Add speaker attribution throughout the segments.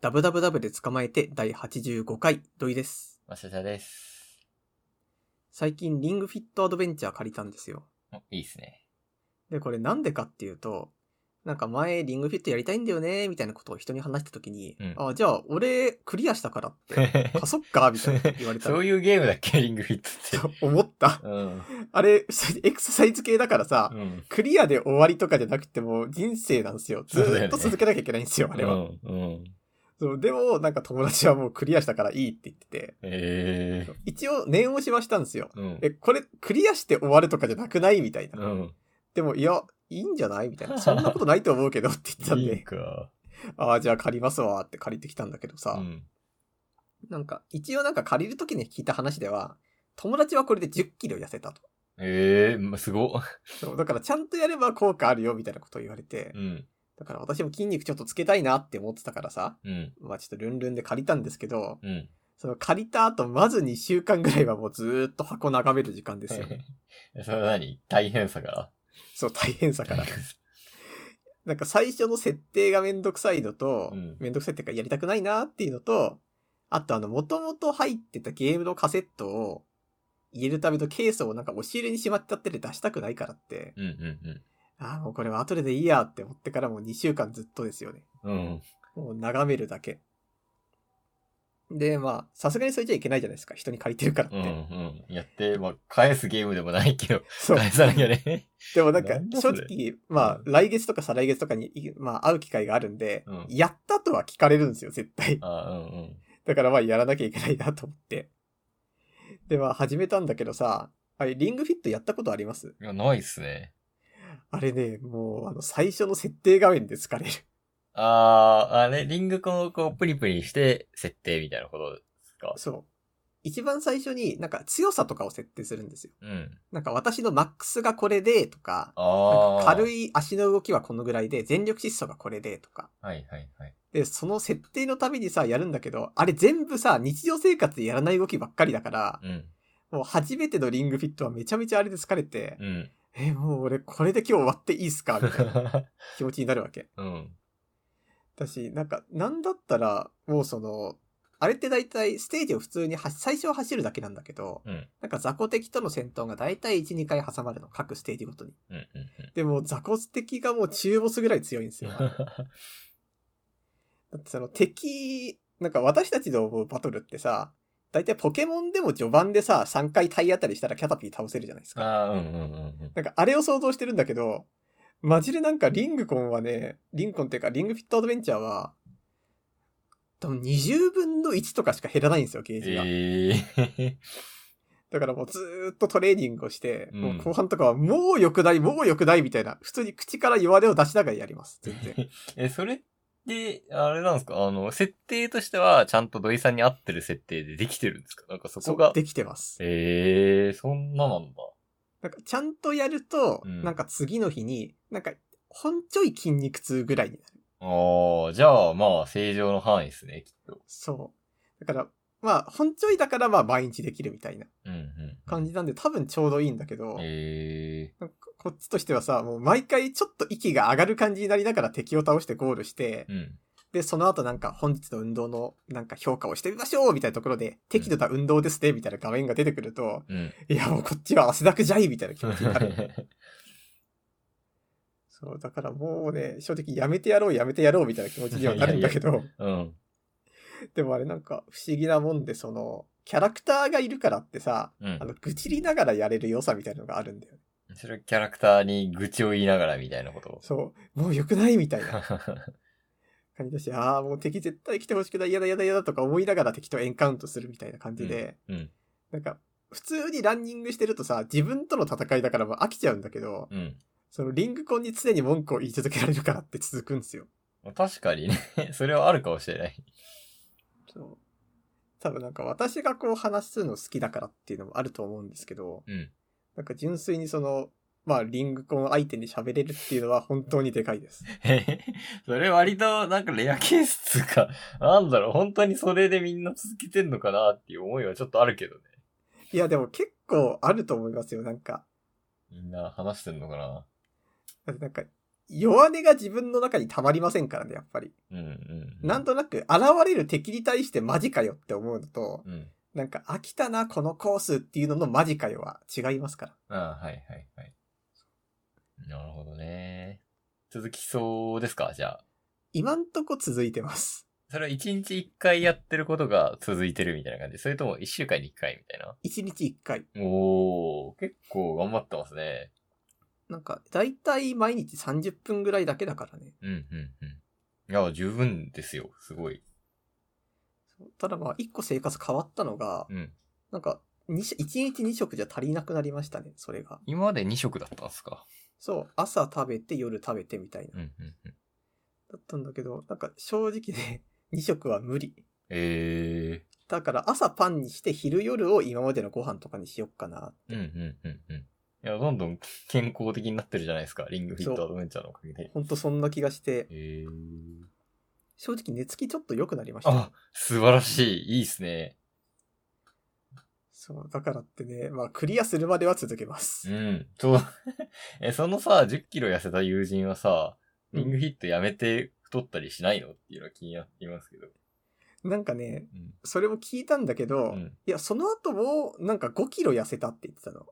Speaker 1: ダブダブダブで捕まえて第85回土井です。
Speaker 2: マスタです。
Speaker 1: 最近リングフィットアドベンチャー借りたんですよ。
Speaker 2: おいいっ すね。
Speaker 1: で、これなんでかっていうと、なんか前リングフィットやりたいんだよね、みたいなことを人に話した時に、
Speaker 2: うん
Speaker 1: あ、じゃあ俺クリアしたからって、貸そっか、みたい な言われた
Speaker 2: そういうゲームだっけリングフィット
Speaker 1: と
Speaker 2: って。
Speaker 1: 思った。
Speaker 2: うん。
Speaker 1: あれ、エクササイズ系だからさ、
Speaker 2: うん。
Speaker 1: クリアで終わりとかじゃなくても人生なんですよ。ず
Speaker 2: そうだよ
Speaker 1: ーっ
Speaker 2: ね
Speaker 1: と続けなきゃいけないんですよ、あれは。
Speaker 2: うん。うん。
Speaker 1: そうでも、なんか友達はもうクリアしたからいいって言ってて、
Speaker 2: ええ
Speaker 1: 一応念押しはしたんですよ。
Speaker 2: うん。
Speaker 1: え、これクリアして終わるとかじゃなくないみたいな。
Speaker 2: うん。
Speaker 1: でも、いや、いいんじゃないみた いな。そんなことないと思うけどって言ってたん
Speaker 2: い
Speaker 1: で
Speaker 2: い、か。
Speaker 1: ああ、じゃあ借りますわーって借りてきたんだけど
Speaker 2: う
Speaker 1: さ、
Speaker 2: ん。
Speaker 1: なんか、一応なんか借りるときに聞いた話では、友達はこれで10キロ痩せたと。
Speaker 2: ええま、すご。
Speaker 1: そうだからちゃんとやれば効果あるよみたいなことを言われて
Speaker 2: う、ん。
Speaker 1: だから私も筋肉ちょっとつけたいなって思ってたからさ、
Speaker 2: うん。
Speaker 1: まあちょっとルンルンで借りたんですけど、
Speaker 2: うん。
Speaker 1: その借りた後、まず2週間ぐらいはもうずーっと箱眺める時間 ですよ。
Speaker 2: それは何大変さか
Speaker 1: そう、大変さ
Speaker 2: ら。
Speaker 1: から。なんか最初の設定がめんどくさいのと、
Speaker 2: うん
Speaker 1: めんどくさいっていうかやりたくないなっていうのと、あとあの、もともと入ってたゲームのカセットを入れるためのケースをなんか押し入れにしまっちゃってて出したくないからって、
Speaker 2: うんうん
Speaker 1: ああ、もうこれは後ででいいやって思ってからもう2週間ずっとですよね。
Speaker 2: うん。うん。
Speaker 1: もう眺めるだけ。で、まあ、さすがにそれじゃいけないじゃないですか。人に借りてるからって。
Speaker 2: うんうん。やって、まあ、返すゲームでもないけど、
Speaker 1: そう。
Speaker 2: 返さなきゃね。
Speaker 1: でもなんか
Speaker 2: なん、だ
Speaker 1: 正
Speaker 2: それ
Speaker 1: 直、まあ、
Speaker 2: うん
Speaker 1: 来月とか再来月とかに、いまあ、会う機会があるんで、
Speaker 2: うん
Speaker 1: やったとは聞かれるんですよ、絶対。
Speaker 2: あうんうん。
Speaker 1: だからまあやらなきゃいけないなと思って。で、まあ始めたんだけどさ、あれ、リングフィットやったことあります
Speaker 2: いや、ないっすね。
Speaker 1: あれね、もう、あの、最初の設定画面で疲れる。
Speaker 2: あー、あれ、リングコンをこう、プリプリして、設定みたいなことですか
Speaker 1: そう。一番最初になんか強さとかを設定するんですよ。
Speaker 2: うん。
Speaker 1: なんか私のマックスがこれで、とか、
Speaker 2: ああ。
Speaker 1: 軽
Speaker 2: い。
Speaker 1: い足の動きはこのぐらいで、全力疾走がこれで、とか。
Speaker 2: はいはいはい。
Speaker 1: で、その設定のためにさ、やるんだけど、あれ全部さ、日常生活でやらない動きばっかりだから、
Speaker 2: うん。
Speaker 1: もう初めてのリングフィットはめちゃめちゃあれで疲れて、
Speaker 2: うん。
Speaker 1: え、もう俺これで今日終わっていいっすかみたい な気持ちになるわけ。
Speaker 2: うん。
Speaker 1: だし、なんか、なんだったら、もうその、あれって大体ステージを普通には最初は走るだけなんだけど、
Speaker 2: うん。
Speaker 1: なんか雑魚敵との戦闘が大体1、2回挟まるの、各ステージごとに。
Speaker 2: うん。うん。
Speaker 1: でも雑魚敵がもう中ボスぐらい強いんです よ。だ
Speaker 2: う
Speaker 1: ってその敵、なんか私たちの思うバトルってさ、大体ポケモンでも序盤でさ、3回体当たりしたらキャタピー倒せるじゃないです
Speaker 2: ん。
Speaker 1: か。
Speaker 2: ああ、うんうんうん
Speaker 1: なんかあれを想像してるんだけど、マジでなんかリングコンはね、リングコンっていうかリングフィットアドベンチャーは、多分20分の1とかしか減らないんですよ、ゲー
Speaker 2: うん。
Speaker 1: ジが。
Speaker 2: ええ。
Speaker 1: だからもうずーっとトレーニングをして、
Speaker 2: うん
Speaker 1: もう後半とかはもう良くない、もう良くないみたいな、普通に口から弱音を出しながらやります、全然。
Speaker 2: え、それって、あれなんですかあの、設定としては、ちゃんと土井さんに合ってる設定でできてるんですかなんか そ
Speaker 1: そ
Speaker 2: こ
Speaker 1: う
Speaker 2: が。
Speaker 1: できてます。
Speaker 2: ええ、そんななんだ。
Speaker 1: なんかちゃんとやると、
Speaker 2: うん
Speaker 1: なんか次の日に、なんか、ほんちょい筋肉痛ぐらいになる。
Speaker 2: ああ、じゃあ、まあ、正常の範囲ですね、きっと。
Speaker 1: そう。だから、まあ、ほんちょいだからまあ毎日できるみたいな
Speaker 2: うんうん。
Speaker 1: 感じなんで、多分ちょうどいいんだけど、
Speaker 2: ええ。
Speaker 1: なんかこっちとしてはさ、もう毎回ちょっと息が上がる感じになりながら敵を倒してゴールして、
Speaker 2: うん。
Speaker 1: で、その後なんか本日の運動のなんか評価をしてみましょうみたいなところで、適度な運動ですねみたいな画面が出てくると、
Speaker 2: うん。
Speaker 1: いやもうこっちは汗だくじゃいみたいな気持ちになる。そう、だからもうね、正直やめてやろうやめてやろうみたいな気持ちにはなるんだけど、
Speaker 2: うん。
Speaker 1: でもあれなんか不思議なもんで、その、キャラクターがいるからってさ、
Speaker 2: う
Speaker 1: あ
Speaker 2: ん。
Speaker 1: の、愚痴りながらやれる良さみたいなのがあるんだよ。
Speaker 2: それキャラクターに愚痴を言いながらみたいなこと。
Speaker 1: そう、もう良くないみたいな。感じだし、ああ、もう敵絶対来てほしくない、やだやだやだとか思いながら敵とエンカウントするみたいな感じで、
Speaker 2: うん。
Speaker 1: なんか、普通にランニングしてるとさ、自分との戦いだからもう飽きちゃうんだけど、
Speaker 2: うん。
Speaker 1: そのリングコンに常に文句を言い続けられるからって続くんですよ。
Speaker 2: まあ確かにね、 それはあるかもしれない。
Speaker 1: そう。多分なんか私がこう話すの好きだからっていうのもあると思うんですけど、
Speaker 2: うん。
Speaker 1: なんか純粋にその、まあリングコン相手に喋れるっていうのは本当にでかいです。
Speaker 2: それ割と、なんかレアケースつうか、なんだろう、本当にそれでみんな続けてんのかなっていう思いはちょっとあるけどね。
Speaker 1: いやでも結構あると思いますよ、なんか。
Speaker 2: みんな話してんのかな
Speaker 1: だってなんか、弱音が自分の中に溜まりませんからね、やっぱり。
Speaker 2: うんうん。
Speaker 1: なんとなく現れる敵に対してマジかよって思うのと、
Speaker 2: うん。
Speaker 1: なんか飽きたな、このコースっていうののマジかよは違いますから。
Speaker 2: ああ、はいはいはい。なるほどね。続きそうですかじゃあ。
Speaker 1: 今んとこ続いてます。
Speaker 2: それは一日一回やってることが続いてるみたいな感じそれとも一週間に一回みたいな
Speaker 1: 1日1回。
Speaker 2: おー、結構頑張ってますね。
Speaker 1: なんか、だいたい毎日30分ぐらいだけだからね。
Speaker 2: うんうんうん。いや、十分ですよ。すごい。
Speaker 1: ただまあ、1個生活変わったのが、
Speaker 2: うん。
Speaker 1: なんか、にし1日2食じゃ足りなくなりましたね、それが。
Speaker 2: 今まで2食だったんですか
Speaker 1: そう、朝食べて夜食べてみたいな。
Speaker 2: うんうんうん。
Speaker 1: だったんだけど、なんか正直ね、2食は無理。
Speaker 2: え
Speaker 1: だから朝パンにして昼夜を今までのご飯とかにしよっかな。
Speaker 2: ー。うんうんうんうん。いや、どんどん健康的になってるじゃないですか。リングフィットアドベンチャーのおかげで。
Speaker 1: ほんとそんな気がして、
Speaker 2: えー。
Speaker 1: 正直寝つきちょっと良くなりました。
Speaker 2: あ、素晴らしい。いいっすね。
Speaker 1: そう、だからってね、まあクリアするまでは続けま
Speaker 2: う
Speaker 1: す。
Speaker 2: ん。そう。 え、そのさ、10キロ痩せた友人はさ、リングフィットやめて太ったりしないのっていうのは気になっていますけど。
Speaker 1: なんかね、
Speaker 2: うん。
Speaker 1: それも聞いたんだけど、
Speaker 2: うん
Speaker 1: いや、その後もなんか5キロ痩せたって言ってたの。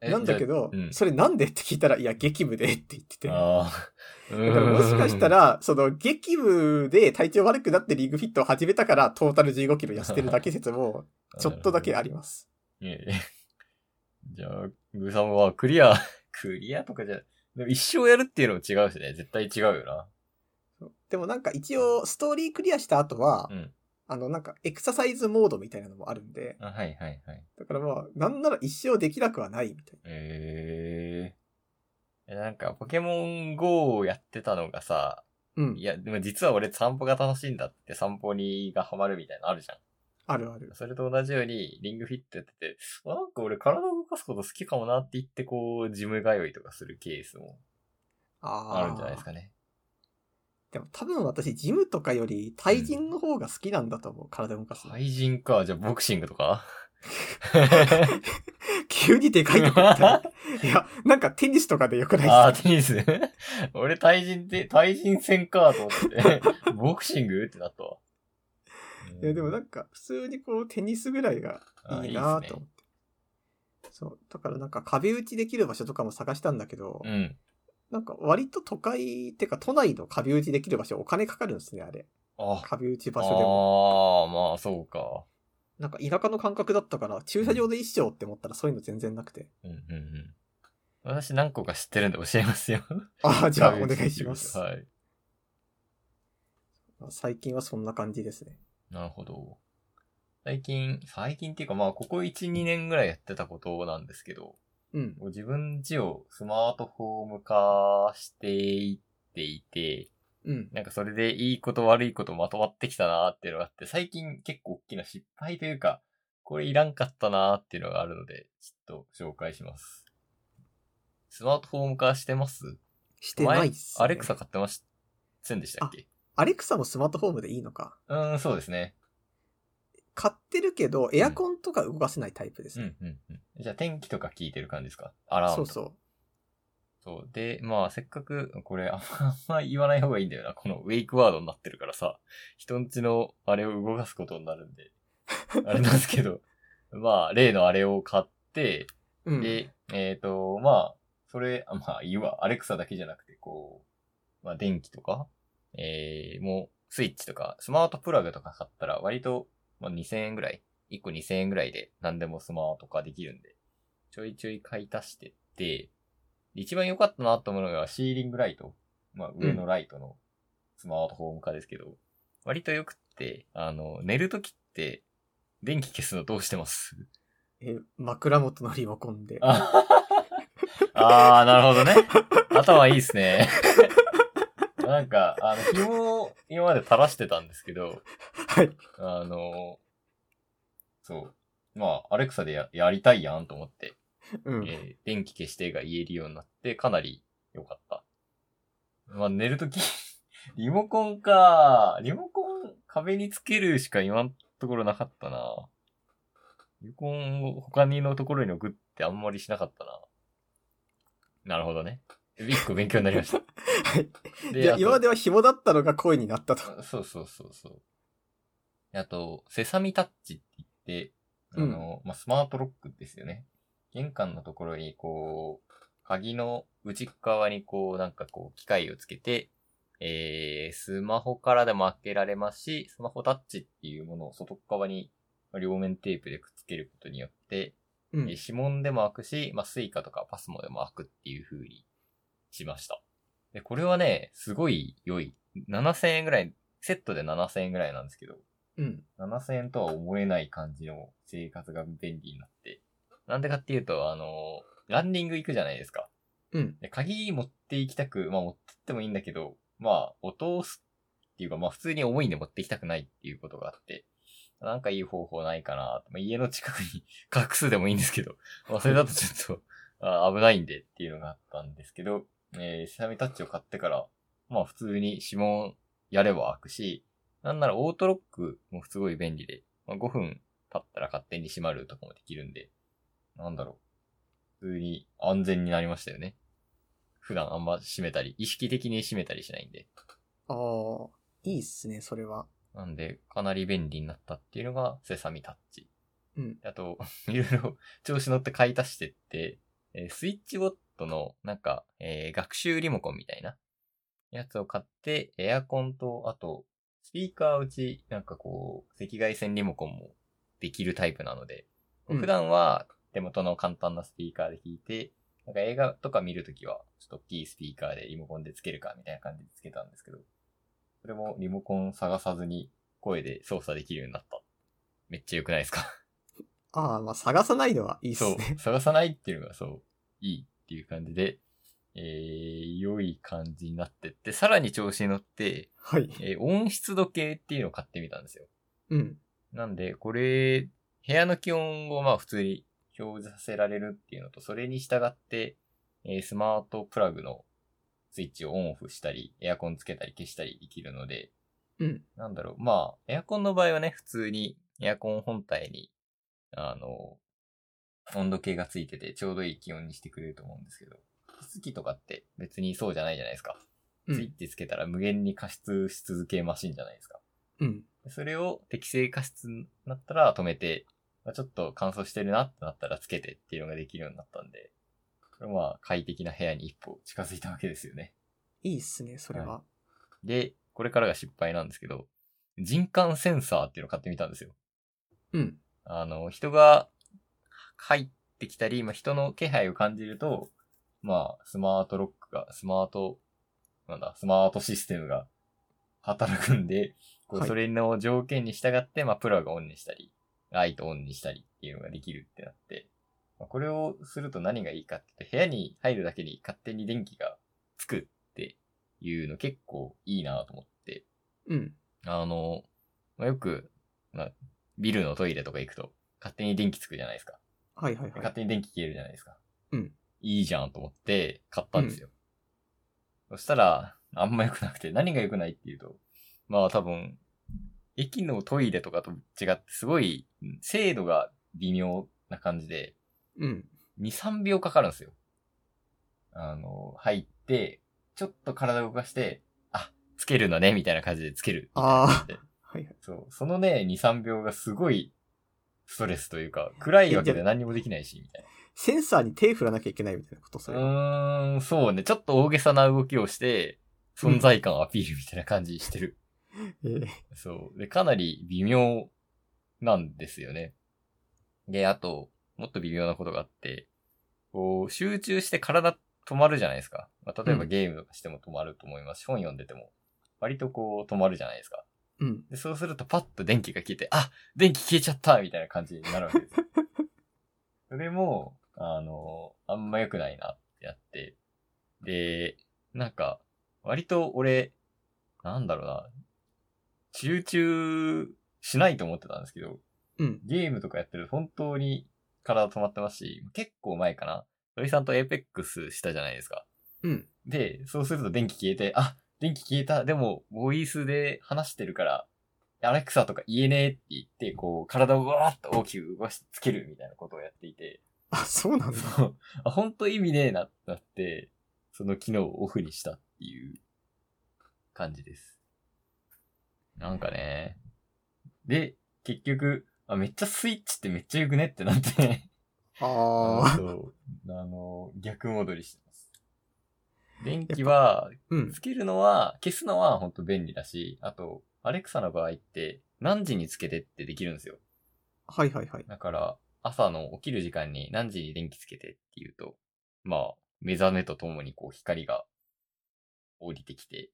Speaker 2: え
Speaker 1: なんだけど、
Speaker 2: じゃあうん
Speaker 1: それなんでって聞いたら、いや、激務でって言ってて。だ
Speaker 2: ああ。
Speaker 1: からもしかしたら、その、激務で体調悪くなってリングフィットを始めたから、トータル15キロ痩せてるだけ説 も、
Speaker 2: うん、
Speaker 1: ちょっとだけあります。
Speaker 2: いえいえ。じゃあ、グーさんはクリア、 クリアとかじゃ、でも一生やるっていうのも違うしね。絶対違うよな。
Speaker 1: でもなんか一応、ストーリークリアした後は、
Speaker 2: うん
Speaker 1: あの、なんか、エクササイズモードみたいなのもあるんで、
Speaker 2: あ、はいはいはい。
Speaker 1: だからまあ、なんなら一生できなくはないみたい
Speaker 2: えええなんか、ポケモン GO をやってたのがさ、
Speaker 1: な。うん
Speaker 2: い。や、でも実は俺散歩が楽しいんだって散歩にがハマるみたいなのあるじゃん。
Speaker 1: あるある。
Speaker 2: それと同じように、リングフィットやってて、あなんか俺体を動かすこと好きかもなって言って、こう、ジム通いとかするケースも
Speaker 1: あー
Speaker 2: あるんじゃないですかね。
Speaker 1: でも多分私、ジムとかより、対人の方が好きなんだと思う、体を動かすの。
Speaker 2: 対人か。じゃあボクシングとか
Speaker 1: 急にでかいとこ行 ったねいや、なんかテニスとかでよくないです
Speaker 2: あ
Speaker 1: か
Speaker 2: あ、テニス 俺対人って、対人戦かと思って。 ボクシングってなったわ。
Speaker 1: いや、でもな
Speaker 2: か
Speaker 1: んか、普通にこう、テニスぐらいがいいなぁと思って。そう。だからなんか、壁打ちできる場所とかも探したんだけど、
Speaker 2: うん。
Speaker 1: なんか、割と都会、てか、都内の壁打ちできる場所、お金かかるんですね、あれ。
Speaker 2: あ
Speaker 1: 壁打ち
Speaker 2: あ
Speaker 1: 場所でも。
Speaker 2: ーまあ、そうか。
Speaker 1: なんか、田舎の感覚だったから、駐車場で一生って思ったら、そういうの全然なくて。
Speaker 2: うんうんうん。私何個か知ってるんで教えますよ。
Speaker 1: ああ、じゃあ、お願いします。
Speaker 2: はい。
Speaker 1: 最近はそんな感じですね。
Speaker 2: なるほど。最近、最近っていうかまあ、ここ1、2年ぐらいやってたことなんですけど、
Speaker 1: うん。
Speaker 2: 自分家をスマートフォーム化していっていて、
Speaker 1: うん。
Speaker 2: なんかそれでいいこと悪いことまとまってきたなーっていうのがあって、最近結構大きな失敗というか、これいらんかったなーっていうのがあるので、ちょっと紹介します。スマートフォーム化してます
Speaker 1: してないっす、ね。
Speaker 2: 前アレクサ。買ってませんでしたっけ
Speaker 1: アレクサもスマートフォームでいいのか。
Speaker 2: うーん、そうですね。
Speaker 1: 買ってるけど、エアコンとか動かせないタイプです
Speaker 2: う
Speaker 1: ね。
Speaker 2: ん、うん、うん。じゃあ天気とか聞いてる感じですかアラーム
Speaker 1: そ
Speaker 2: と
Speaker 1: う
Speaker 2: か
Speaker 1: そう。
Speaker 2: そう。で、まあ、せっかく、これ、あんま言わない方がいいんだよな。このウェイクワードになってるからさ、人んちのあれを動かすことになるんで、あれなんですけど、まあ、例のあれを買って、
Speaker 1: うん、
Speaker 2: で、えっ、と、まあ、それ、あまあ、いわ、アレクサだけじゃなくて、こう、まあ、電気とか、えー、もう、スイッチとか、スマートプラグとか買ったら、割と、まあ、2000円ぐらい、1個2000円ぐらいで、何でもスマート化できるんで、ちょいちょい買い足してって、で一番良かったなと思うのが、シーリングライト。まあ、上のライトのスマートフォーム化ですけど、割と良くって、あの、寝るときって、電気消すのどうしてます
Speaker 1: え枕元のリモコンで。
Speaker 2: ああー、なるほどね。頭いいですね。なんか、あの、紐を今まで垂らしてたんですけど、
Speaker 1: はい。
Speaker 2: あの、そう。まあ、アレクサでややりたいやんと思って、
Speaker 1: うん。
Speaker 2: えー電気消してが言えるようになって、かなり良かった。まあ、寝るとき、 リモコンか。リモコン壁につけるしか今のところなかったな。リモコンを他にのところに置くってあんまりしなかったな。なるほどね。一個勉強になりまし た。
Speaker 1: はい。
Speaker 2: で
Speaker 1: いや
Speaker 2: あと
Speaker 1: 今までは紐だったのが声になったと。
Speaker 2: そうそうそうそう。であと、セサミタッチって言って、あの、まあ、スマートロックですよね。玄関のところに、こう、鍵の内側にこう、なんかこう、機械をつけて、えー、スマホからでも開けられますし、スマホタッチっていうものを外側にまあ両面テープでくっつけることによって、
Speaker 1: う
Speaker 2: えー
Speaker 1: ん。
Speaker 2: 指紋でも開くし、まあ、スイカとかパスモでも開くっていう風にしました。で、これはね、すごい良い。7000円ぐらい、セットで7000円ぐらいなんですけど、
Speaker 1: うん。
Speaker 2: 7000円とは思えない感じの生活が便利になって。なんでかっていうと、あの、ランニング行くじゃないですか。
Speaker 1: うん。
Speaker 2: で、鍵持って行きたく、まあ持ってってもいいんだけど、まあ落とすっていうか、まあ普通に重いんで持ってきたくないっていうことがあって、なんかいい方法ないかなと、まあ、家の近くに 隠すでもいいんですけど、まあそれだとちょっとあ危ないんでっていうのがあったんですけど、えー、セサミタッチを買ってから、まあ普通に指紋やれば開くし、なんならオートロックもすごい便利で、まあ、5分経ったら勝手に閉まるとかもできるんで、なんだろう。普通に安全になりましたよね。普段あんま閉めたり、意識的に閉めたりしないんで。
Speaker 1: ああ、いいっすね、それは。
Speaker 2: なんで、かなり便利になったっていうのが、セサミタッチ。
Speaker 1: うん。
Speaker 2: あと、 いろいろ調子乗って買い足してって、えースイッチボットの、なんか、えー学習リモコンみたいな、やつを買って、エアコンと、あと、スピーカーうち、なんかこう、赤外線リモコンもできるタイプなので、
Speaker 1: うん
Speaker 2: 普段は手元の簡単なスピーカーで弾いて、なんか映画とか見るときは、ちょっと大きいスピーカーでリモコンでつけるかみたいな感じでつけたんですけど、それもリモコン探さずに声で操作できるようになった。めっちゃ良くないですか
Speaker 1: ああ、まあ探さないのはいいっす
Speaker 2: そ
Speaker 1: ね。
Speaker 2: う。探さないっていうのがそう、いいっていう感じで、えー、良い感じになってって、さらに調子に乗って、
Speaker 1: はい。
Speaker 2: えー温湿度計っていうのを買ってみたんですよ。
Speaker 1: うん。
Speaker 2: なんで、これ、部屋の気温をまあ普通に表示させられるっていうのと、それに従って、えースマートプラグのスイッチをオンオフしたり、エアコンつけたり消したりできるので、
Speaker 1: うん。
Speaker 2: なんだろう、まあ、エアコンの場合はね、普通にエアコン本体に、あの、温度計がついててちょうどいい気温にしてくれると思うんですけど、加湿器とかって別にそうじゃないじゃないですか。
Speaker 1: う
Speaker 2: ス
Speaker 1: ん。
Speaker 2: イッチつけたら無限に加湿し続けマシンじゃないですか。
Speaker 1: うん。
Speaker 2: それを適正加湿になったら止めて、まあ、ちょっと乾燥してるなってなったらつけてっていうのができるようになったんで、これまあ快適な部屋に一歩近づいたわけですよね。
Speaker 1: いいっすね、それは。
Speaker 2: で、これからが失敗なんですけど、人感センサーっていうのを買ってみたんですよ。
Speaker 1: うん。
Speaker 2: あの、人が入ってきたり、まあ、人の気配を感じると、まあ、スマートロックが、スマート、なんだ、スマートシステムが働くんで、こ
Speaker 1: は
Speaker 2: う
Speaker 1: い
Speaker 2: それの条件に従って、まあ、プラグをオンにしたり、ライトをオンにしたりっていうのができるってなって、まあ、これをすると何がいいかって言うと部屋に入るだけに勝手に電気がつくっていうの結構いいなと思って、
Speaker 1: うん。
Speaker 2: あの、まあ、よく、まあ、ビルのトイレとか行くと、勝手に電気つくじゃないですか。
Speaker 1: はいはいは
Speaker 2: 勝
Speaker 1: い。
Speaker 2: 手に電気消えるじゃないですか。
Speaker 1: うん。
Speaker 2: いいじゃんと思って、買ったんですよ。そしたら、あんま良くなくて、何が良くないっていうと、まあ多分、駅のトイレとかと違って、すごい、うん精度が微妙な感じで、
Speaker 1: うん。
Speaker 2: 2、3秒かかるんですよ。あの、入って、ちょっと体を動かして、あ、つけるのね、みたいな感じでつける。
Speaker 1: あはいはい。
Speaker 2: そう。そのね、2、3秒がすごいストレスというか、暗いわけで何にもできないし、みたい
Speaker 1: センサーに手振らなきゃいけないみたいなこと、それは。
Speaker 2: な。うーん、そうね。ちょっと大げさな動きをして、存在感をアピールみたいな感じにしてる。
Speaker 1: えー
Speaker 2: そう。で、かなり微妙なんですよね。で、あと、もっと微妙なことがあって、こう、集中して体止まるじゃないですか。まあ、例えば
Speaker 1: うん
Speaker 2: ゲームとかしても止まると思いますし、本読んでても、割とこう止まるじゃないですか。
Speaker 1: うん。
Speaker 2: で、そうするとパッと電気が消えて、あ電気消えちゃったみたいな感じになるわけですよ。それも、あの、あんま良くないなってやって。で、なんか、割と俺、なんだろうな、集中しないと思ってたんですけど、
Speaker 1: うん。
Speaker 2: ゲームとかやってると本当に体止まってますし、結構前かな。鳥さんとエーペックスしたじゃないですか。
Speaker 1: うん。
Speaker 2: で、そうすると電気消えて、あ、電気消えた。でも、ボイスで話してるから、アレクサとか言えねえって言って、こう、体をわーっと大きく動かしてつけるみたいなことをやっていて、
Speaker 1: あ、そうなんだ。
Speaker 2: そうあ、ほんと意味ねえなってなって、その機能をオフにしたっていう感じです。なんかね。で、結局、あ、めっちゃスイッチってめっちゃ良くねってなって、
Speaker 1: ああ。
Speaker 2: そう。あの、逆戻りしてます。電気は、
Speaker 1: うん。
Speaker 2: つけるのは、消すのは本当便利だし、あと、アレクサの場合って、何時につけてってできるんですよ。
Speaker 1: はいはいはい。
Speaker 2: だから、朝の起きる時間に何時に電気つけてって言うと、まあ、目覚めとともにこう光が降りてきて、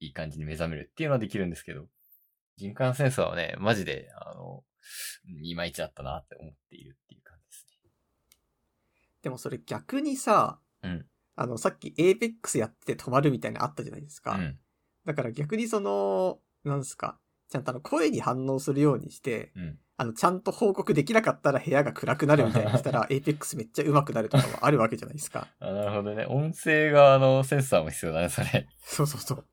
Speaker 2: いい感じに目覚めるっていうのはできるんですけど、人感センサーはね、マジで、あの、うんいまいちだったなって思っているっていう感じですね。
Speaker 1: でもそれ逆にさ、
Speaker 2: うん
Speaker 1: あの、さっき APEX やってて止まるみたいなのあったじゃないですか。
Speaker 2: うん。
Speaker 1: だから逆にその、なんすか、ちゃんとあの声に反応するようにして、
Speaker 2: うん。
Speaker 1: あの、ちゃんと報告できなかったら部屋が暗くなるみたい にしたら、APEX めっちゃ上手くなるとかはあるわけじゃないですか。
Speaker 2: あなるほどね。音声側のセンサーも必要だね、それ。
Speaker 1: そうそうそう。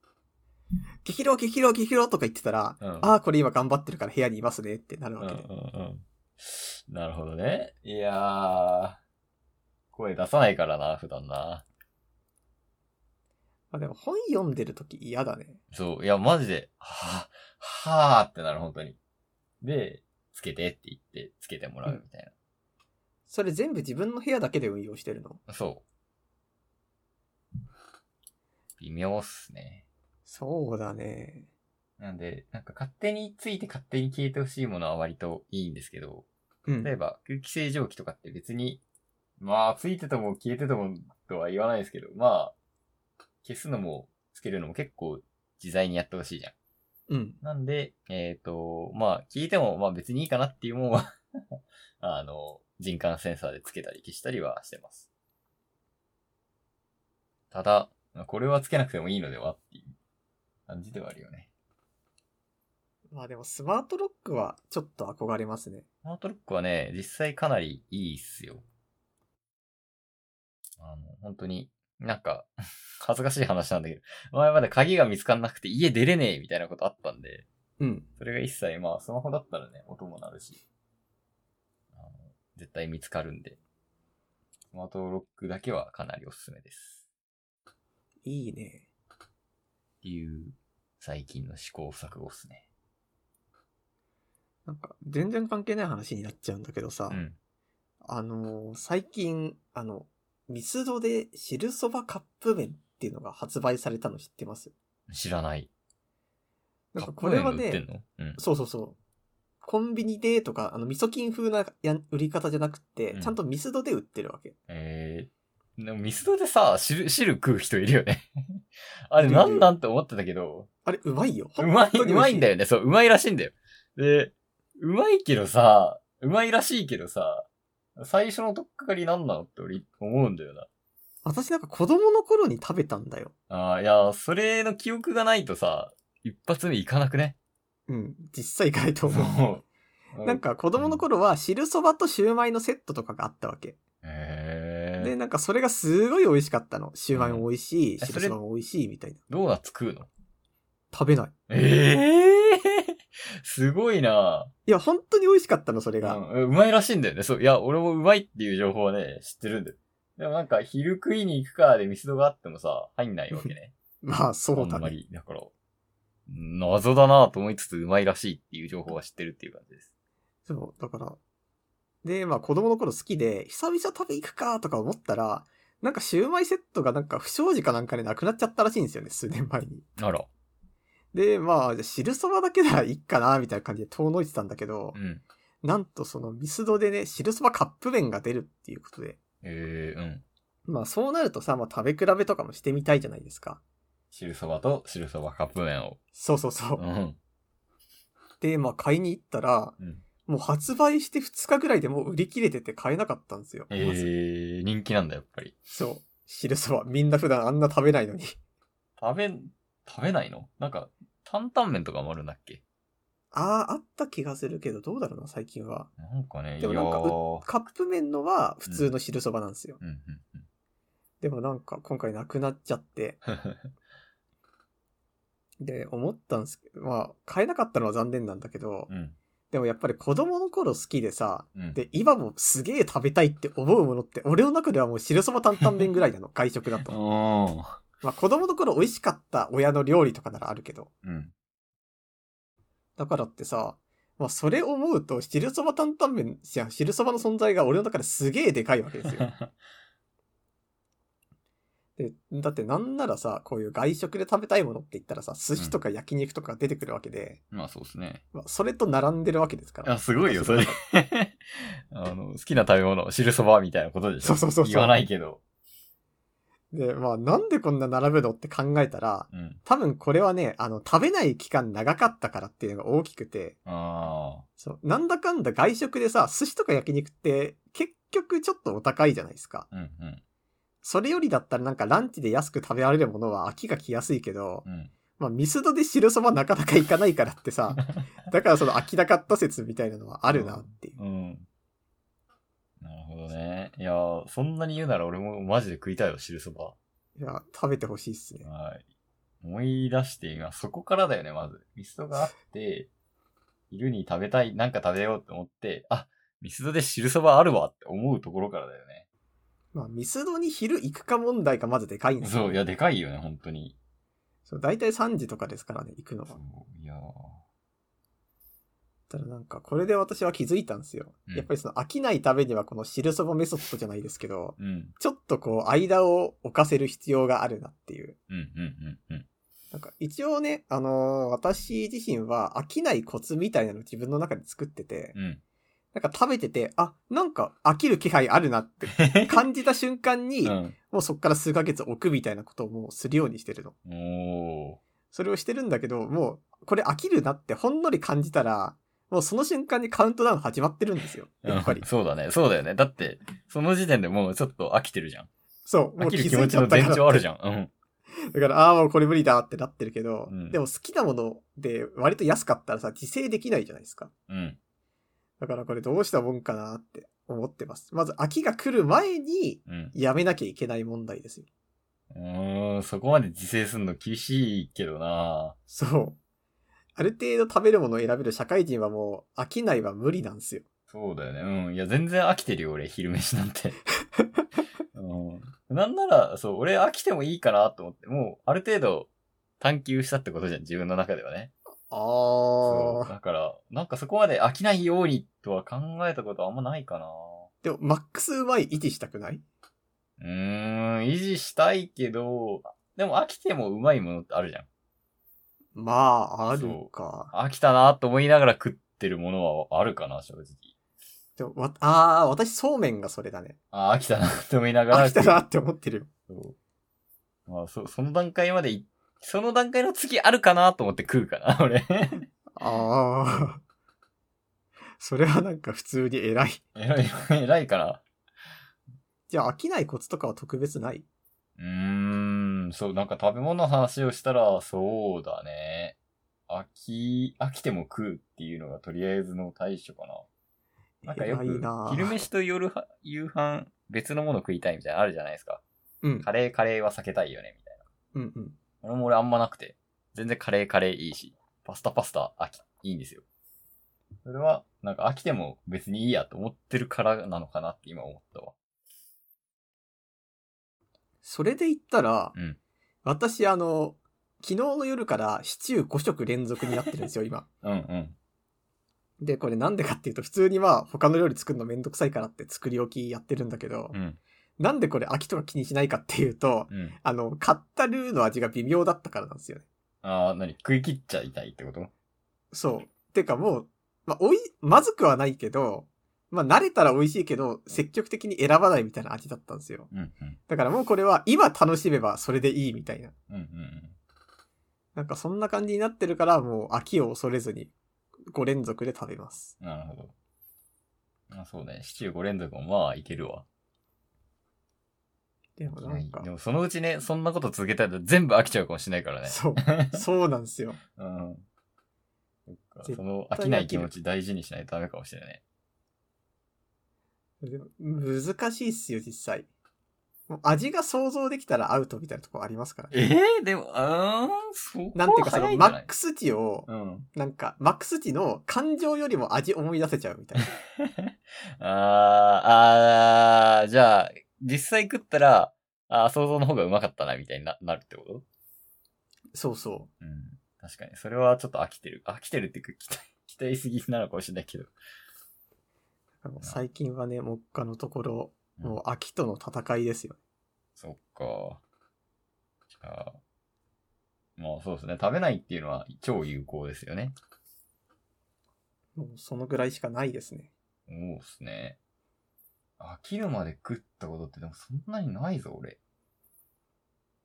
Speaker 1: 激浪、激浪、激浪とか言ってたら、
Speaker 2: うん
Speaker 1: ああ、これ今頑張ってるから部屋にいますねってなる
Speaker 2: うん
Speaker 1: わ
Speaker 2: うん
Speaker 1: けで。
Speaker 2: うん。なるほどね。いやー、声出さないからな、普段な。
Speaker 1: まあでも本読んでるとき嫌だね。
Speaker 2: そう、いや、マジで、はぁ、はぁってなる、本当に。で、つけてって言って、つけてもらうみたい
Speaker 1: それ全部自分の部屋だけで運用してるの
Speaker 2: な。そう。微妙っすね。
Speaker 1: そうだね。
Speaker 2: なんで、なんか勝手について勝手に消えてほしいものは割といいんですけど、
Speaker 1: うん
Speaker 2: 例え。ば空気清浄機とかって別に、まあ、ついてても消えててもとは言わないですけど、まあ、消すのもつけるのも結構自在にやってほしいじゃん。
Speaker 1: うん。
Speaker 2: なんで、えっ、と、まあ、消えてもまあ別にいいかなっていうもんは、 あの、人感センサーでつけたり消したりはしてます。ただ、これはつけなくてもいいのではっていう感じではあるよね。
Speaker 1: まあでもスマートロックはちょっと憧れますね。
Speaker 2: スマートロックはね、実際かなりいいっすよ。あの、本当に、なんか、 恥ずかしい話なんだけど、前まで鍵が見つかんなくて家出れねえみたいなことあったんで、
Speaker 1: うん。
Speaker 2: それが一切、まあ、スマホだったらね、音も鳴るし、あの絶対見つかるんで、スマートロックだけはかなりおすすめです。
Speaker 1: いいね。
Speaker 2: っていう、最近の試行錯誤っすね。
Speaker 1: なんか、全然関係ない話になっちゃうんだけどさ、
Speaker 2: うん。
Speaker 1: あのー最近、あの、ミスドで汁そばカップ麺っていうのが発売されたの知ってます
Speaker 2: 知らない。
Speaker 1: なんかこれは
Speaker 2: カップ
Speaker 1: ね、
Speaker 2: 麺が売ってんのうん。
Speaker 1: そうそうそう。コンビニでとか、あの、味噌菌風なや売り方じゃなくて、
Speaker 2: うん
Speaker 1: ちゃんとミスドで売ってるわけ。
Speaker 2: えー、でもミスドでさ、汁、汁食う人いるよね。 あれ
Speaker 1: いるいる
Speaker 2: なんなんて思ってたけど、
Speaker 1: あれ、うまいよ。
Speaker 2: うまい、うまいんだ
Speaker 1: よ。
Speaker 2: よね。そう、うまいらしいんだよ。で、うまいけどさ、うまいらしいけどさ、最初のとっかかりなんなのって俺思うんだよな。
Speaker 1: 私なんか子供の頃に食べたんだよ。
Speaker 2: ああ、いや、それの記憶がないとさ、一発目いかなくね。
Speaker 1: うん。実際かいと思う。
Speaker 2: もう。
Speaker 1: なん、か子供の頃は汁そばとシューマイのセットとかがあったわけ。
Speaker 2: へ
Speaker 1: で、
Speaker 2: え。
Speaker 1: なんかそれがすごい美味しかったの。シューマイも美味しい、
Speaker 2: えそ
Speaker 1: 汁
Speaker 2: れ
Speaker 1: そばも美味しいみたいな。
Speaker 2: ドーナツ食うの
Speaker 1: 食べない。
Speaker 2: ええ すごいない
Speaker 1: や、本当に美味しかったの、それが。
Speaker 2: うん、うまいらしいんだよね。そう。いや、俺もうまいっていう情報はね、知ってるんだよ。でもなんか、昼食いに行くかでミスドがあってもさ、入んないわけね。
Speaker 1: まあ、 そう
Speaker 2: あ
Speaker 1: だ
Speaker 2: んま
Speaker 1: ね。
Speaker 2: り。だから、謎だなと思いつつ、うまいらしいっていう情報は知ってるっていう感じです。
Speaker 1: そう、だから。で、まあ子供の頃好きで、久々食べ行くかとか思ったら、なんかシューマイセットがなんか不祥事かなんかでなくなっちゃったらしいんですよね、数年前に。
Speaker 2: あら。
Speaker 1: で、まあ、じゃあ汁そばだけならいいかな、みたいな感じで遠のいてたんだけど
Speaker 2: う、ん。
Speaker 1: なんとそのミスドでね、汁そばカップ麺が出るっていうことで、
Speaker 2: えー、うん。
Speaker 1: まあそうなるとさ、まあ食べ比べとかもしてみたいじゃないですか。
Speaker 2: 汁そばと汁そばカップ麺を。
Speaker 1: そうそうそう
Speaker 2: う。ん。
Speaker 1: で、まあ買いに行ったら、
Speaker 2: うん
Speaker 1: もう発売して2日ぐらいでもう売り切れてて買えなかったんですよ。
Speaker 2: え
Speaker 1: まず
Speaker 2: ー、人気なんだ、やっぱり。
Speaker 1: そう。汁そば。みんな普段あんな食べないのに。
Speaker 2: 食べ、食べないのなんか、担々麺とかもあるんだっけ
Speaker 1: ああ、あった気がするけど、どうだろうな、最近は。
Speaker 2: なんかね、い
Speaker 1: で
Speaker 2: や
Speaker 1: もなんか
Speaker 2: ー
Speaker 1: カップ麺のは普通の汁そばなんですよ。
Speaker 2: うん、うん、うん。
Speaker 1: でもなんか今回なくなっちゃって、で、思ったんですけど、まあ買えなかったのは残念なんだけど、
Speaker 2: うん。
Speaker 1: でもやっぱり子供の頃好きでさ、
Speaker 2: う ん。
Speaker 1: で、今もすげえ食べたいって思うものって、俺の中ではもう汁そば担々麺ぐらいなの、外食だ と。
Speaker 2: おー
Speaker 1: まあ子供の頃美味しかった親の料理とかならあるけど。
Speaker 2: うん。
Speaker 1: だからってさ、まあそれ思うと、汁そば担々麺じゃ、汁そばの存在が俺の中ですげえでかいわけです よ。で、だってなんならさ、こういう外食で食べたいものって言ったらさ、寿司とか焼肉とか出てくるわけで、
Speaker 2: まあそうですね。
Speaker 1: まあそれと並んでるわけですから。
Speaker 2: あ、すごいよ、それ。 あの、好きな食べ物、汁そばみたいなことでしょ。
Speaker 1: そうそうそうそう
Speaker 2: 言わないけど。
Speaker 1: で、まあなんでこんな並ぶのって考えたら、
Speaker 2: うん。
Speaker 1: 多分これはね、あの、食べない期間長かったからっていうのが大きくて、
Speaker 2: あ
Speaker 1: そう、なんだかんだ外食でさ、寿司とか焼肉って結局ちょっとお高いじゃないですか。
Speaker 2: あ。うん、うん、
Speaker 1: それよりだったらなんかランチで安く食べられるものは飽きが来やすいけど、
Speaker 2: うん。
Speaker 1: まあミスドで汁そばなかなかいかないからって さ、だからその飽きなかった説みたいなのはあるなっていう。
Speaker 2: うん。なるほどね。いやー、そんなに言うなら俺もマジで食いたいよ、汁そば。
Speaker 1: いや、食べてほしいっすね。
Speaker 2: はい。思い出して今、そこからだよね、まず。ミスドがあって、昼に食べたい、なんか食べようと思って、あ、ミスドで汁そばあるわって思うところからだよね。
Speaker 1: まあミスドに昼行くか問題がまずでかいんですよ。
Speaker 2: そう、いや、でかいよね、本当に。
Speaker 1: そう大体3時とかですからね、行くのは
Speaker 2: そ。ういやー。
Speaker 1: ただなんか、これで私は気づいたんですよ。
Speaker 2: うん
Speaker 1: やっぱりその飽きないためにはこの汁そばメソッドじゃないですけど、
Speaker 2: うん。
Speaker 1: ちょっとこう、間を置かせる必要があるなっていう。
Speaker 2: うん、うん、うん、うん。
Speaker 1: なんか、一応ね、あのー私自身は飽きないコツみたいなのを自分の中で作ってて、
Speaker 2: うん。
Speaker 1: なんか食べてて、あ、なんか飽きる気配あるなって 感じた瞬間に、
Speaker 2: う
Speaker 1: もうそっから数ヶ月置くみたいなことをもうするようにしてるの。
Speaker 2: ん。おー。
Speaker 1: それをしてるんだけど、もう、これ飽きるなってほんのり感じたら、もうその瞬間にカウントダウン始まってるんですよ。やっぱり
Speaker 2: うん。 そうだね。そうだよね。だって、その時点でもうちょっと飽きてるじゃん。
Speaker 1: そう、も
Speaker 2: 飽
Speaker 1: う
Speaker 2: き
Speaker 1: 気
Speaker 2: る気
Speaker 1: づ
Speaker 2: 持
Speaker 1: い
Speaker 2: ち
Speaker 1: ちゃ
Speaker 2: の
Speaker 1: った
Speaker 2: 前
Speaker 1: から。
Speaker 2: 兆あるじゃん。うん。
Speaker 1: だから、ああ、もうこれ無理だってなってるけど、
Speaker 2: うん
Speaker 1: でも好きなもので割と安かったらさ、自制できないじゃないですか。
Speaker 2: うん。
Speaker 1: だからこれどうしたもんかなって思ってます。まず秋が来る前に
Speaker 2: うん。
Speaker 1: やめなきゃいけない問題ですよ。
Speaker 2: うーん、そこまで自制するの厳しいけどな
Speaker 1: そう。ある程度食べるものを選べる社会人はもう飽きないは無理なんですよ。
Speaker 2: そうだよね。うん。いや、全然飽きてるよ、俺、昼飯なん て。うん。なんなら、そう、俺飽きてもいいかなと思って、もう、ある程度、探求したってことじゃん、自分の中ではね。そ
Speaker 1: あ
Speaker 2: う
Speaker 1: あ。
Speaker 2: だから、なんかそこまで飽きないようにとは考えたことあんまないかな
Speaker 1: でもマックスうまい維持したくないう
Speaker 2: ーん、維持したいけど、でも飽きてもうまいものってあるじゃん。
Speaker 1: まあ、あるか。
Speaker 2: 飽きたなと思いながら食ってるものはあるかな、正直。
Speaker 1: でもわああ、私そうめんがそれだね。
Speaker 2: あ、飽きたなと思いなが
Speaker 1: 飽
Speaker 2: ら
Speaker 1: き
Speaker 2: 食
Speaker 1: た
Speaker 2: う。
Speaker 1: なって思ってるよ。
Speaker 2: そうまあ、そ、その段階までい、その段階の次あるかなと思って食うかな、 俺。
Speaker 1: ああ。 それはなんか普通に偉い。
Speaker 2: 偉い、偉いかな。
Speaker 1: じゃあ飽きないコツとかは特別ないう
Speaker 2: ーん、そう、なんか食べ物の話をしたら、そうだね。飽き、飽きても食うっていうのがとりあえずの対処かな。なんかよ
Speaker 1: 偉い
Speaker 2: く
Speaker 1: な、ぁ
Speaker 2: 昼飯と夜は、夕飯、別のもの食いたいみたいなのあるじゃないですか。
Speaker 1: うん。
Speaker 2: カレー、カレーは避けたいよね、みたい
Speaker 1: うんうん。
Speaker 2: な。俺も俺あんまなくて。全然カレー、カレーいいし、パスタ、パスタ、飽き、いいんですよ。それは、なんか飽きても別にいいやと思ってるからなのかなって今思ったわ。
Speaker 1: それで言ったら、
Speaker 2: うん
Speaker 1: 私あの、昨日の夜からシチュー5食連続になってるんですよ、今。
Speaker 2: うんうん。
Speaker 1: で、これなんでかっていうと、普通にまあ他の料理作るのめんどくさいからって作り置きやってるんだけど、
Speaker 2: うん。
Speaker 1: なんでこれ飽きとか気にしないかっていうと、
Speaker 2: うん。
Speaker 1: あの、買ったルーの味が微妙だったからなんですよね。
Speaker 2: ああ、なに食い切っちゃいたいってこと
Speaker 1: そう。てかもう、まあ、おい、まずくはないけど、まあ、慣れたら美味しいけど、積極的に選ばないみたいな味だったんですよ。
Speaker 2: うん
Speaker 1: だからもうこれは、今楽しめばそれでいいみたいな。
Speaker 2: うん。うんうん
Speaker 1: なんかそんな感じになってるから、もう飽きを恐れずに、5連続で食べます。
Speaker 2: うん。なるほど。まあそうね、シチュー5連続もまあいけるわ。
Speaker 1: でもなんか
Speaker 2: で、もそのうちね、そんなこと続けたら全部飽きちゃうかもしれないからね。
Speaker 1: そう、そうなんですよ。
Speaker 2: うん。そっか
Speaker 1: 絶対
Speaker 2: その飽きない気持ち大事にしないとダメかもしれないね。
Speaker 1: でも難しいっすよ、実際。もう味が想像できたらアウトみたいなとこありますからね。
Speaker 2: ええでも、うーん、そう
Speaker 1: なんていうかそのマック
Speaker 2: ス。
Speaker 1: ス値を、
Speaker 2: うん。
Speaker 1: なんかマックス値の感情よりも味思い出せちゃうみたいな。
Speaker 2: あー、あー、じゃあ、実際食ったら、あー想像の方がうまかったな、みたいにななるってこと
Speaker 1: そうそ
Speaker 2: うん。確かに。それはちょっと飽きてる。飽きてるっていうか、期待、 期待しすぎなのかもしれないけど。
Speaker 1: う。最近はね、目下のところ、
Speaker 2: うん
Speaker 1: もう秋との戦いですよ。
Speaker 2: そっか。じゃあ、まあそうですね。食べないっていうのは超有効ですよね。
Speaker 1: もうそのぐらいしかないですね。
Speaker 2: そうですね。飽きるまで食ったことってでもそんなにないぞ、俺。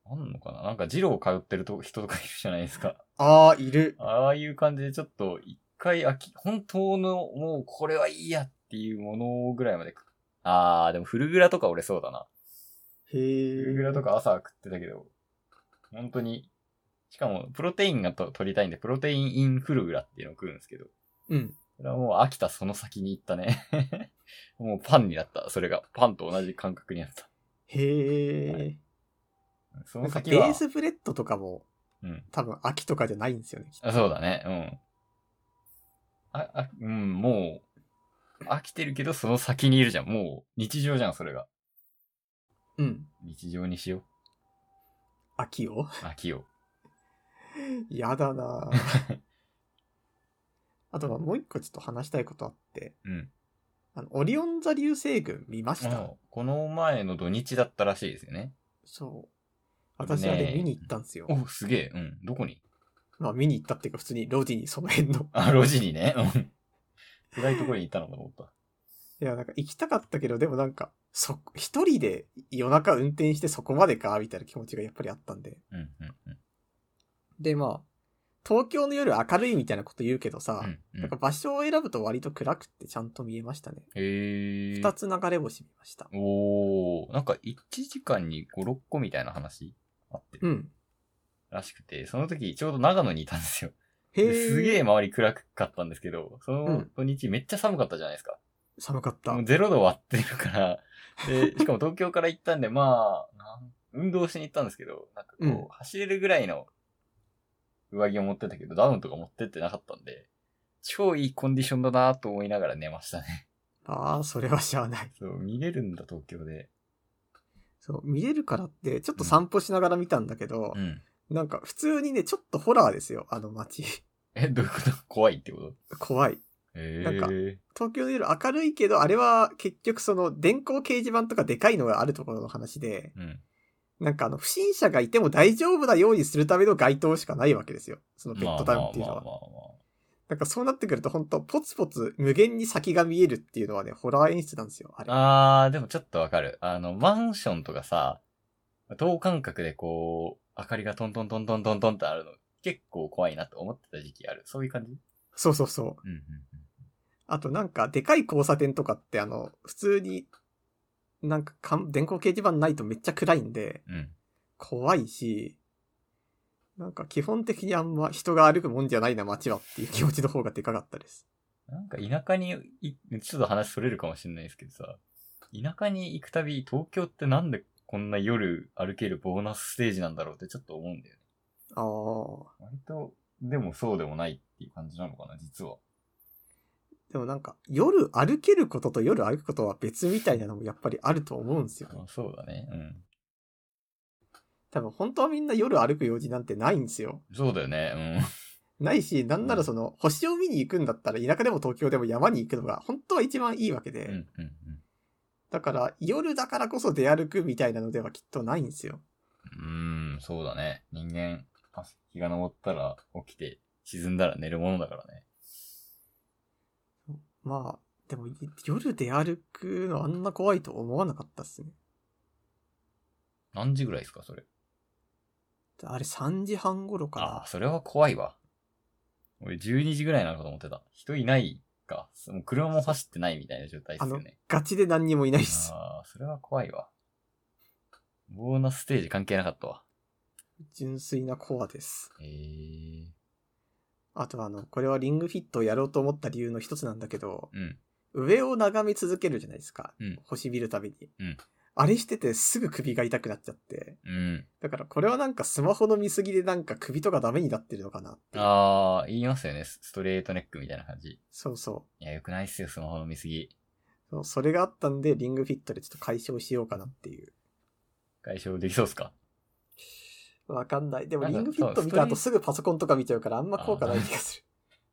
Speaker 2: あんのかななんか、ジロー通ってると人とかいるじゃないですか。
Speaker 1: ああ、いる。
Speaker 2: ああいう感じでちょっと一回飽き、本当のもうこれはいいやっていうものぐらいまで食う。あー、でもフルグラとか俺そうだな。
Speaker 1: へ
Speaker 2: フルグラ
Speaker 1: え。
Speaker 2: とか朝は食ってたけど、本当に、しかもプロテインがと取りたいんで、プロテインインフルグラっていうのを食うんですけど、
Speaker 1: うん。
Speaker 2: それはもう飽きたその先に行ったね。 もうパンになった。それが、パンと同じ感覚になった。
Speaker 1: へえ、
Speaker 2: はそ
Speaker 1: な
Speaker 2: の
Speaker 1: んか
Speaker 2: 先
Speaker 1: ベ
Speaker 2: は、
Speaker 1: ースブレッドとかも
Speaker 2: うん。
Speaker 1: 多分秋とかじゃないんですよね。きっと
Speaker 2: あそうだね、うん。あ、あ、うん、もう、飽きてるけど、その先にいるじゃん。もう、日常じゃん、それが。
Speaker 1: うん。
Speaker 2: 日常にしよ
Speaker 1: 秋を
Speaker 2: う。飽きを。
Speaker 1: やだな ぁあとはもう一個ちょっと話したいことあって、
Speaker 2: うん。
Speaker 1: あの、オリオン座流星群見ました、
Speaker 2: もうこの前の土日だったらしいですよね。
Speaker 1: そう。私あ
Speaker 2: ね
Speaker 1: れ
Speaker 2: え
Speaker 1: 見に行ったんですよ。
Speaker 2: お、すげえ。うん。どこに
Speaker 1: まあ見に行ったっていうか普通にロジにその辺の。
Speaker 2: あ、路地にね。うん。暗いところにいたのかと思った。
Speaker 1: いや、なんか行きたかったけど、でもなんか、そ、一人で夜中運転してそこまでか、みたいな気持ちがやっぱりあったんで。
Speaker 2: うん、うん、うん
Speaker 1: で、まあ、東京の夜明るいみたいなこと言うけどさ、
Speaker 2: うん。う
Speaker 1: なん
Speaker 2: ん
Speaker 1: か。場所を選ぶと割と暗くってちゃんと見えましたね。
Speaker 2: へえ。
Speaker 1: 二つ流れ星見ました。
Speaker 2: おー。なんか1時間に5、6個みたいな話あって
Speaker 1: う
Speaker 2: る
Speaker 1: ん。
Speaker 2: らしくて、その時ちょうど長野にいたんですよ。
Speaker 1: へえ。
Speaker 2: ですげえ周り暗かったんですけど、そうの
Speaker 1: ん
Speaker 2: 土日めっちゃ寒かったじゃないですか。
Speaker 1: 寒かった
Speaker 2: もう。ゼロ度割ってるから、で、しかも東京から行ったんで、まあ、なん運動しに行ったんですけど、なんかこう、
Speaker 1: うん
Speaker 2: 走れるぐらいの上着を持ってたけど、ダウンとか持ってってなかったんで、超いいコンディションだなと思いながら寝ましたね。
Speaker 1: ああ、それはしゃあない。
Speaker 2: そう、見れるんだ東京で。
Speaker 1: そう、見れるからって、ちょっと散歩しながら見たんだけど
Speaker 2: う、ん。
Speaker 1: なんか普通にね、ちょっとホラーですよ、あの街。
Speaker 2: え、どういうこと怖いってこと
Speaker 1: 怖い。
Speaker 2: え
Speaker 1: なんか
Speaker 2: え
Speaker 1: 東京の夜明るいけど、あれは結局その電光掲示板とかでかいのがあるところの話で、
Speaker 2: うん。
Speaker 1: なんかあの不審者がいても大丈夫なようにするための街灯しかないわけですよ。そのベッドタウンっていうの
Speaker 2: まあまあまあま
Speaker 1: は。
Speaker 2: あまあ
Speaker 1: なんかそうなってくると本当ポツポツ無限に先が見えるっていうのはね、ホラー演出なんですよ、あれ。
Speaker 2: あー、でもちょっとわかる。あの、マンションとかさ、等間隔でこう、明かりがトントントントントントンってあるの、結構怖いなと思ってた時期ある。そういう感じ
Speaker 1: そうそうそう。
Speaker 2: うんうんうん。
Speaker 1: あとなんか、でかい交差点とかって、あの、普通に、なんかかん、電光掲示板ないとめっちゃ暗いんで、
Speaker 2: うん。
Speaker 1: 怖いし、なんか基本的にあんま人が歩くもんじゃないな、街はっていう気持ちの方がでかかったです。
Speaker 2: なんか田舎にい、ちょっと話それるかもしれないですけどさ、田舎に行くたび、東京ってなんでこんな夜歩けるボーナスステージなんだろうってちょっと思うんだよね。
Speaker 1: ああ、
Speaker 2: 割と、でもそうでもないっていう感じなのかな、実は。
Speaker 1: でもなんか、夜歩けることと夜歩くことは別みたいなのもやっぱりあると思うんですよね。
Speaker 2: あそうだね。うん。
Speaker 1: 多分本当はみんな夜歩く用事なんてないんですよ。
Speaker 2: そうだよね。
Speaker 1: ないし、なんならその、星を見に行くんだったら田舎でも東京でも山に行くのが本当は一番いいわけで、
Speaker 2: うん。うんうんうん。
Speaker 1: だから、夜だからこそ出歩くみたいなのではきっとないんですよ。
Speaker 2: うーん、そうだね。人間、朝日が昇ったら起きて、沈んだら寝るものだからね。
Speaker 1: まあ、でも、い夜出歩くのあんな怖いと思わなかったっすね。
Speaker 2: 何時ぐらいですか、それ。
Speaker 1: あれ3時半頃
Speaker 2: あ
Speaker 1: か
Speaker 2: あ、それは怖いわ。俺12時ぐらいなのかと思ってた。人いないか。もう車も走ってないみたいな状態ですよね。
Speaker 1: な。ガチで何にもいないっす。
Speaker 2: ああー、それは怖いわ。ボーナスステージ関係なかったわ。
Speaker 1: 純粋なコアです。
Speaker 2: えー、
Speaker 1: あとあの、これはリングフィットをやろうと思った理由の一つなんだけど、
Speaker 2: うん。
Speaker 1: 上を眺め続けるじゃないですか。
Speaker 2: うん
Speaker 1: 星見るたびに。
Speaker 2: うん
Speaker 1: あれしててすぐ首が痛くなっちゃって。
Speaker 2: うん。
Speaker 1: だからこれはなんかスマホの見過ぎでなんか首とかダメになってるのかなっていう。
Speaker 2: あー、言いますよね。スストレートネックみたいな感じ。い
Speaker 1: そうそ
Speaker 2: や、よくないっすよ、スマホの見すぎ。
Speaker 1: うそう。それがあったんで、リングフィットでちょっと解消しようかなっていう。
Speaker 2: 解消できそうっすか
Speaker 1: わかんない。でも
Speaker 2: なん
Speaker 1: リ
Speaker 2: か
Speaker 1: ングフィット
Speaker 2: そう
Speaker 1: 見た
Speaker 2: ストレ
Speaker 1: 後
Speaker 2: ー
Speaker 1: すぐパソコンとか見ちゃうからあんま効果ない気がする。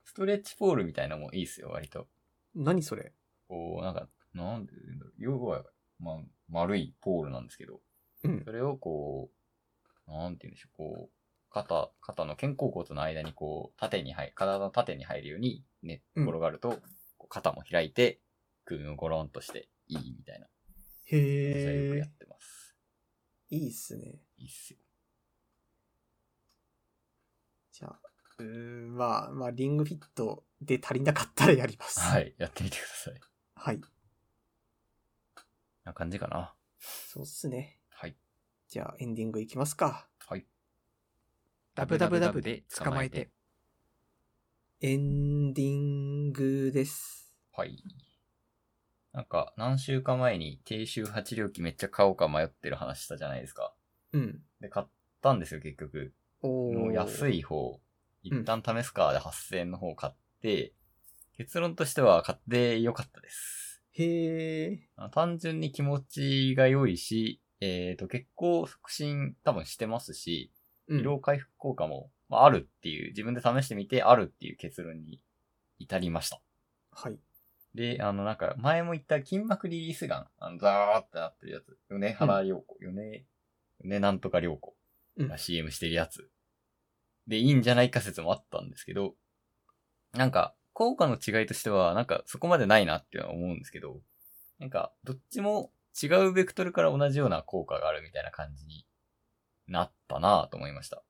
Speaker 2: ストレッチポールみたいなのもいいっすよ、割と。
Speaker 1: 何それ
Speaker 2: こう、なんか、なんで言うんだろう。要は、まあ、丸いポールなんですけど、
Speaker 1: うん
Speaker 2: そ。れをこう、なんて言うんでしょう、こう、肩、肩の肩甲骨の間にこう、縦に入、体の縦に入るように、ね、
Speaker 1: うん
Speaker 2: 転がると、こう肩も開いて、首もゴロンとして、いいみたいな。それよく
Speaker 1: へ
Speaker 2: やっ
Speaker 1: え。
Speaker 2: てます。
Speaker 1: いいっすね。
Speaker 2: いいっすよ。
Speaker 1: じゃあ、うーん、まあ、まあ、リングフィットで足りなかったらやります。。
Speaker 2: はいい、やってみてください。
Speaker 1: はい。
Speaker 2: な感じかな。
Speaker 1: そうっすね。
Speaker 2: はい。
Speaker 1: じゃあ、エンディングいきますか。
Speaker 2: はい。
Speaker 3: ダブダブダブで捕まえて。
Speaker 1: エンディングです。
Speaker 2: はい。なんか、何週か前に低周波治療器めっちゃ買おうか迷ってる話したじゃないですか。
Speaker 1: うん。
Speaker 2: で、買ったんですよ、結局。
Speaker 1: お
Speaker 2: もう安
Speaker 1: い。
Speaker 2: い方、
Speaker 1: うん
Speaker 2: 一旦試すかで8000円の方買って、結論としては買ってよかったです。
Speaker 1: へえ。
Speaker 2: あの単純に気持ちが良いし、えっ、と、結構促進多分してますし、
Speaker 1: うん
Speaker 2: 疲労回復効果も、まあ、あるっていう、自分で試してみてあるっていう結論に至りました。
Speaker 1: はい。
Speaker 2: で、あの、なんか、前も言った筋膜リリースガン。あの、ザーってなってるやつ。米原涼子。米、米なんとか涼子
Speaker 1: うん
Speaker 2: が CM してるやつ。で、いいんじゃないか説もあったんですけど、なんか、効果の違いとしては、なんか、そこまでないなっていうのは思うんですけど、なんか、どっちも違うベクトルから同じような効果があるみたいな感じになったなぁと思いました。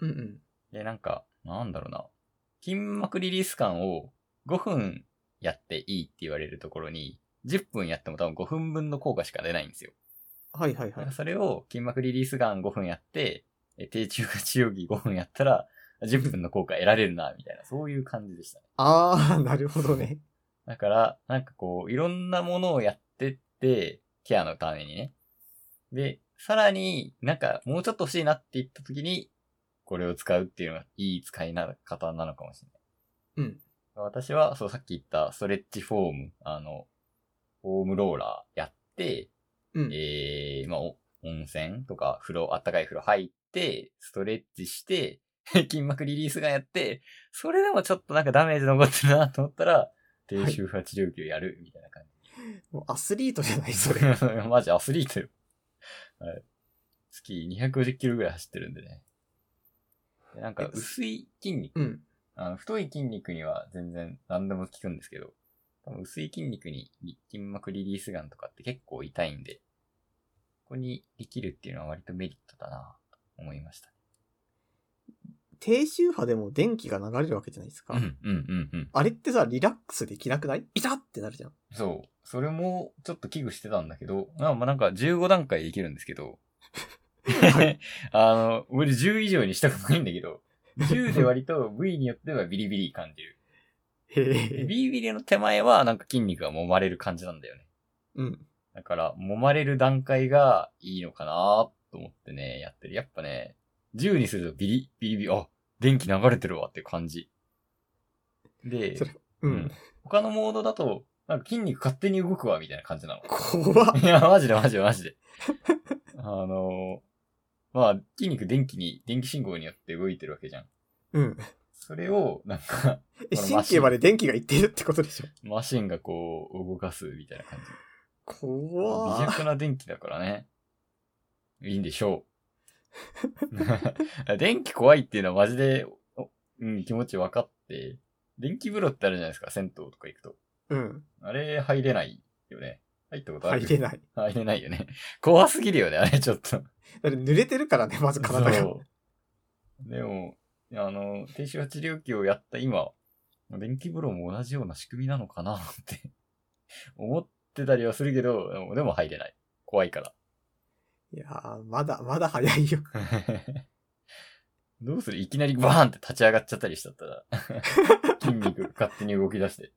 Speaker 1: うんうん。
Speaker 2: で、なんか、なんだろうな。筋膜リリース感を5分やっていいって言われるところに、10分やっても多分5分分の効果しか出ないんですよ。
Speaker 1: はいはいは
Speaker 2: なん
Speaker 1: い
Speaker 2: か。それを筋膜リリースガン5分やって、え低中華治療器5分やったら、10分の効果得られるな、みたいな、そういう感じでしたね。
Speaker 1: ああ、なるほどね。
Speaker 2: だから、なんかこう、いろんなものをやってって、ケアのためにね。で、さらになんかもうちょっと欲しいなって言った時に、これを使うっていうのがいい使いな方なのかもしれない。
Speaker 1: うん。
Speaker 2: 私は、そう、さっき言ったストレッチフォーム、あの、フォームローラーやって、
Speaker 1: うん。
Speaker 2: えー、まあ、お温泉とか風呂、あったかい風呂入って、ストレッチして、 筋膜リリースがやって、それでもちょっとなんかダメージ残ってるなと思ったら、低周波治療器をやる、みたいな感じ。
Speaker 1: もうアスリートじゃない、そ れ。
Speaker 2: マジアスリートよ。はい。月250キロぐらい走ってるんでね。でなんか
Speaker 1: え
Speaker 2: 薄い筋肉
Speaker 1: うん。
Speaker 2: あの、太い筋肉には全然何でも効くんですけど、多分薄い筋肉に筋膜リリースガンとかって結構痛いんで、ここにできるっていうのは割とメリットだなと思いました。
Speaker 1: 低周波でも電気が流れるわけじゃないですか。
Speaker 2: うん、うん、うん、うん。
Speaker 1: あれってさ、リラックスできなくない痛ってなるじゃん。
Speaker 2: そう。それもちょっと危惧してたんだけど、まあまあなんか15段階できるんですけ ど、あの、俺10以上にしたくないんだけど、10で割と V によってはビリビリ感じる。
Speaker 1: へ
Speaker 2: で
Speaker 1: え。
Speaker 2: ビリビリの手前はなんか筋肉が揉まれる感じなんだよね。
Speaker 1: うん。
Speaker 2: だから、揉まれる段階がいいのかなと思ってね、やってる。やっぱね、10にするとビリ、ビリビリ、あ、電気流れてるわっていう感じ。で
Speaker 1: そ、れう
Speaker 2: うんん。他のモードだと、なんか筋肉勝手に動くわみたいな感じなの。
Speaker 1: 怖っ。
Speaker 2: いや、マジでマジでマジで。あのーまあ、筋肉電気に、電気信号によって動いてるわけじゃん。
Speaker 1: うん。
Speaker 2: それを、なんか、
Speaker 1: え
Speaker 2: この
Speaker 1: 神経まで電気がいってるってことでしょ。
Speaker 2: マシンがこう、動かすみたいな感じ。微
Speaker 1: 怖っ。
Speaker 2: 弱な電気だからね。いいんでしょ う。電気怖いっていうのはマジで、おうん、気持ち分かって、電気風呂ってあるじゃないですか、銭湯とか行くと。
Speaker 1: うん。
Speaker 2: あれ入れないよね。入ったことある
Speaker 1: 入れない。
Speaker 2: 入れないよね。怖すぎるよね、あれちょっと。
Speaker 1: だって濡れてるからね、まず体が。
Speaker 2: そうでも、あの、低周波治療器をやった今、電気風呂も同じような仕組みなのかなって思ってたりはするけど、でもでも入れない。怖いから。
Speaker 1: いやー、まだ、まだ早いよ。
Speaker 2: どうするいきなりバーンって立ち上がっちゃったりし ちゃったら、筋肉勝手に動き出して。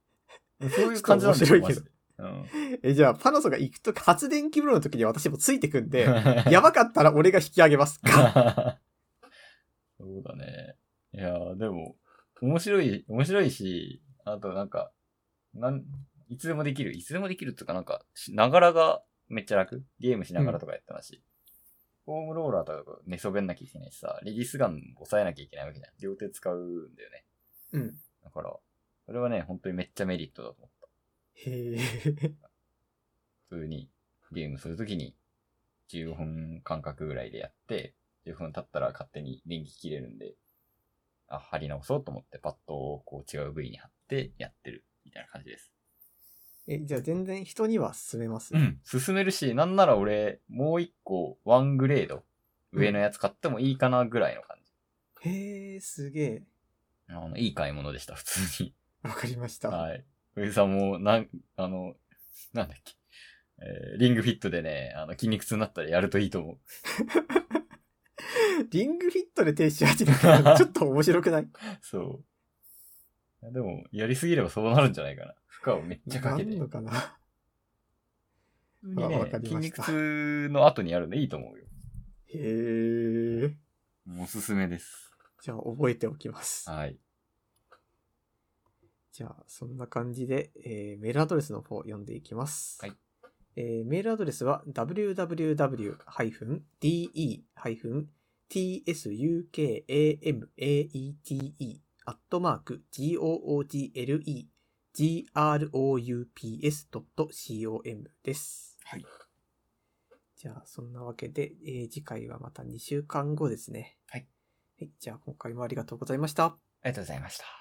Speaker 2: そういう感じなんですよ、
Speaker 1: ちょっと面白いけど
Speaker 2: マジでうん。
Speaker 1: え、じゃあ、パナソが行くと、発電機風呂の時に私もついてくんで、
Speaker 2: や
Speaker 1: やばかったら俺が引き上げますか。
Speaker 2: そうだね。いやー、でも、面白い、面白いし、あとなんか、なん、いつでもできる。いつでもできるっていうかなんか、しながらがめっちゃ楽。ゲームしながらとかやったらし、ホームローラーとか寝そべんなきゃいけないしさ、レディースガン押さえなきゃいけないわけじゃん。両手使うんだよね。
Speaker 1: うん。
Speaker 2: だから、それはね、本当にめっちゃメリットだと思った。
Speaker 1: へえ。
Speaker 2: 普通にゲームするときに、15分間隔ぐらいでやって、15分経ったら勝手に電気切れるんで、あ、貼り直そうと思ってパッドをこう違う部位に貼ってやってる、みたいな感じです。
Speaker 1: え、じゃあ全然人には勧めます。
Speaker 2: うん。進めるし、なんなら俺、もう一個、ワングレード、上のやつ買ってもいいかなぐらいの感じ。
Speaker 1: へえ、すげえ。
Speaker 2: あの、いい買い物でした、普通に。
Speaker 1: わかりました。
Speaker 2: はい。上さんも、なん、あの、なんだっけ。えーリングフィットでね、あの、筋肉痛になったらやるといいと思う。
Speaker 1: リングフィットで停止始めたらちょっと面白くない
Speaker 2: そういや。でも、やりすぎればそうなるんじゃないかな。負荷をめっちゃかけて。
Speaker 1: なんのか な
Speaker 2: 普通に
Speaker 1: あわ
Speaker 2: ね
Speaker 1: か、り
Speaker 2: 筋
Speaker 1: まし
Speaker 2: 肉
Speaker 1: た
Speaker 2: 痛の後にやるのいいと思うよ。
Speaker 1: へえ。
Speaker 2: おすすめです。
Speaker 1: じゃあ覚えておきます。
Speaker 2: はい。
Speaker 1: じゃあ、そんな感じで、えーメールアドレスの方読んでいきます。
Speaker 2: はい
Speaker 1: えーメールアドレスは www-de-tsukamate.google-groups.com です。
Speaker 2: はい。
Speaker 1: じゃあ、そんなわけで、えー次回はまた2週間後ですね。
Speaker 2: はい。
Speaker 1: はい。じゃあ、今回もありがとうございました。
Speaker 2: ありがとうございました。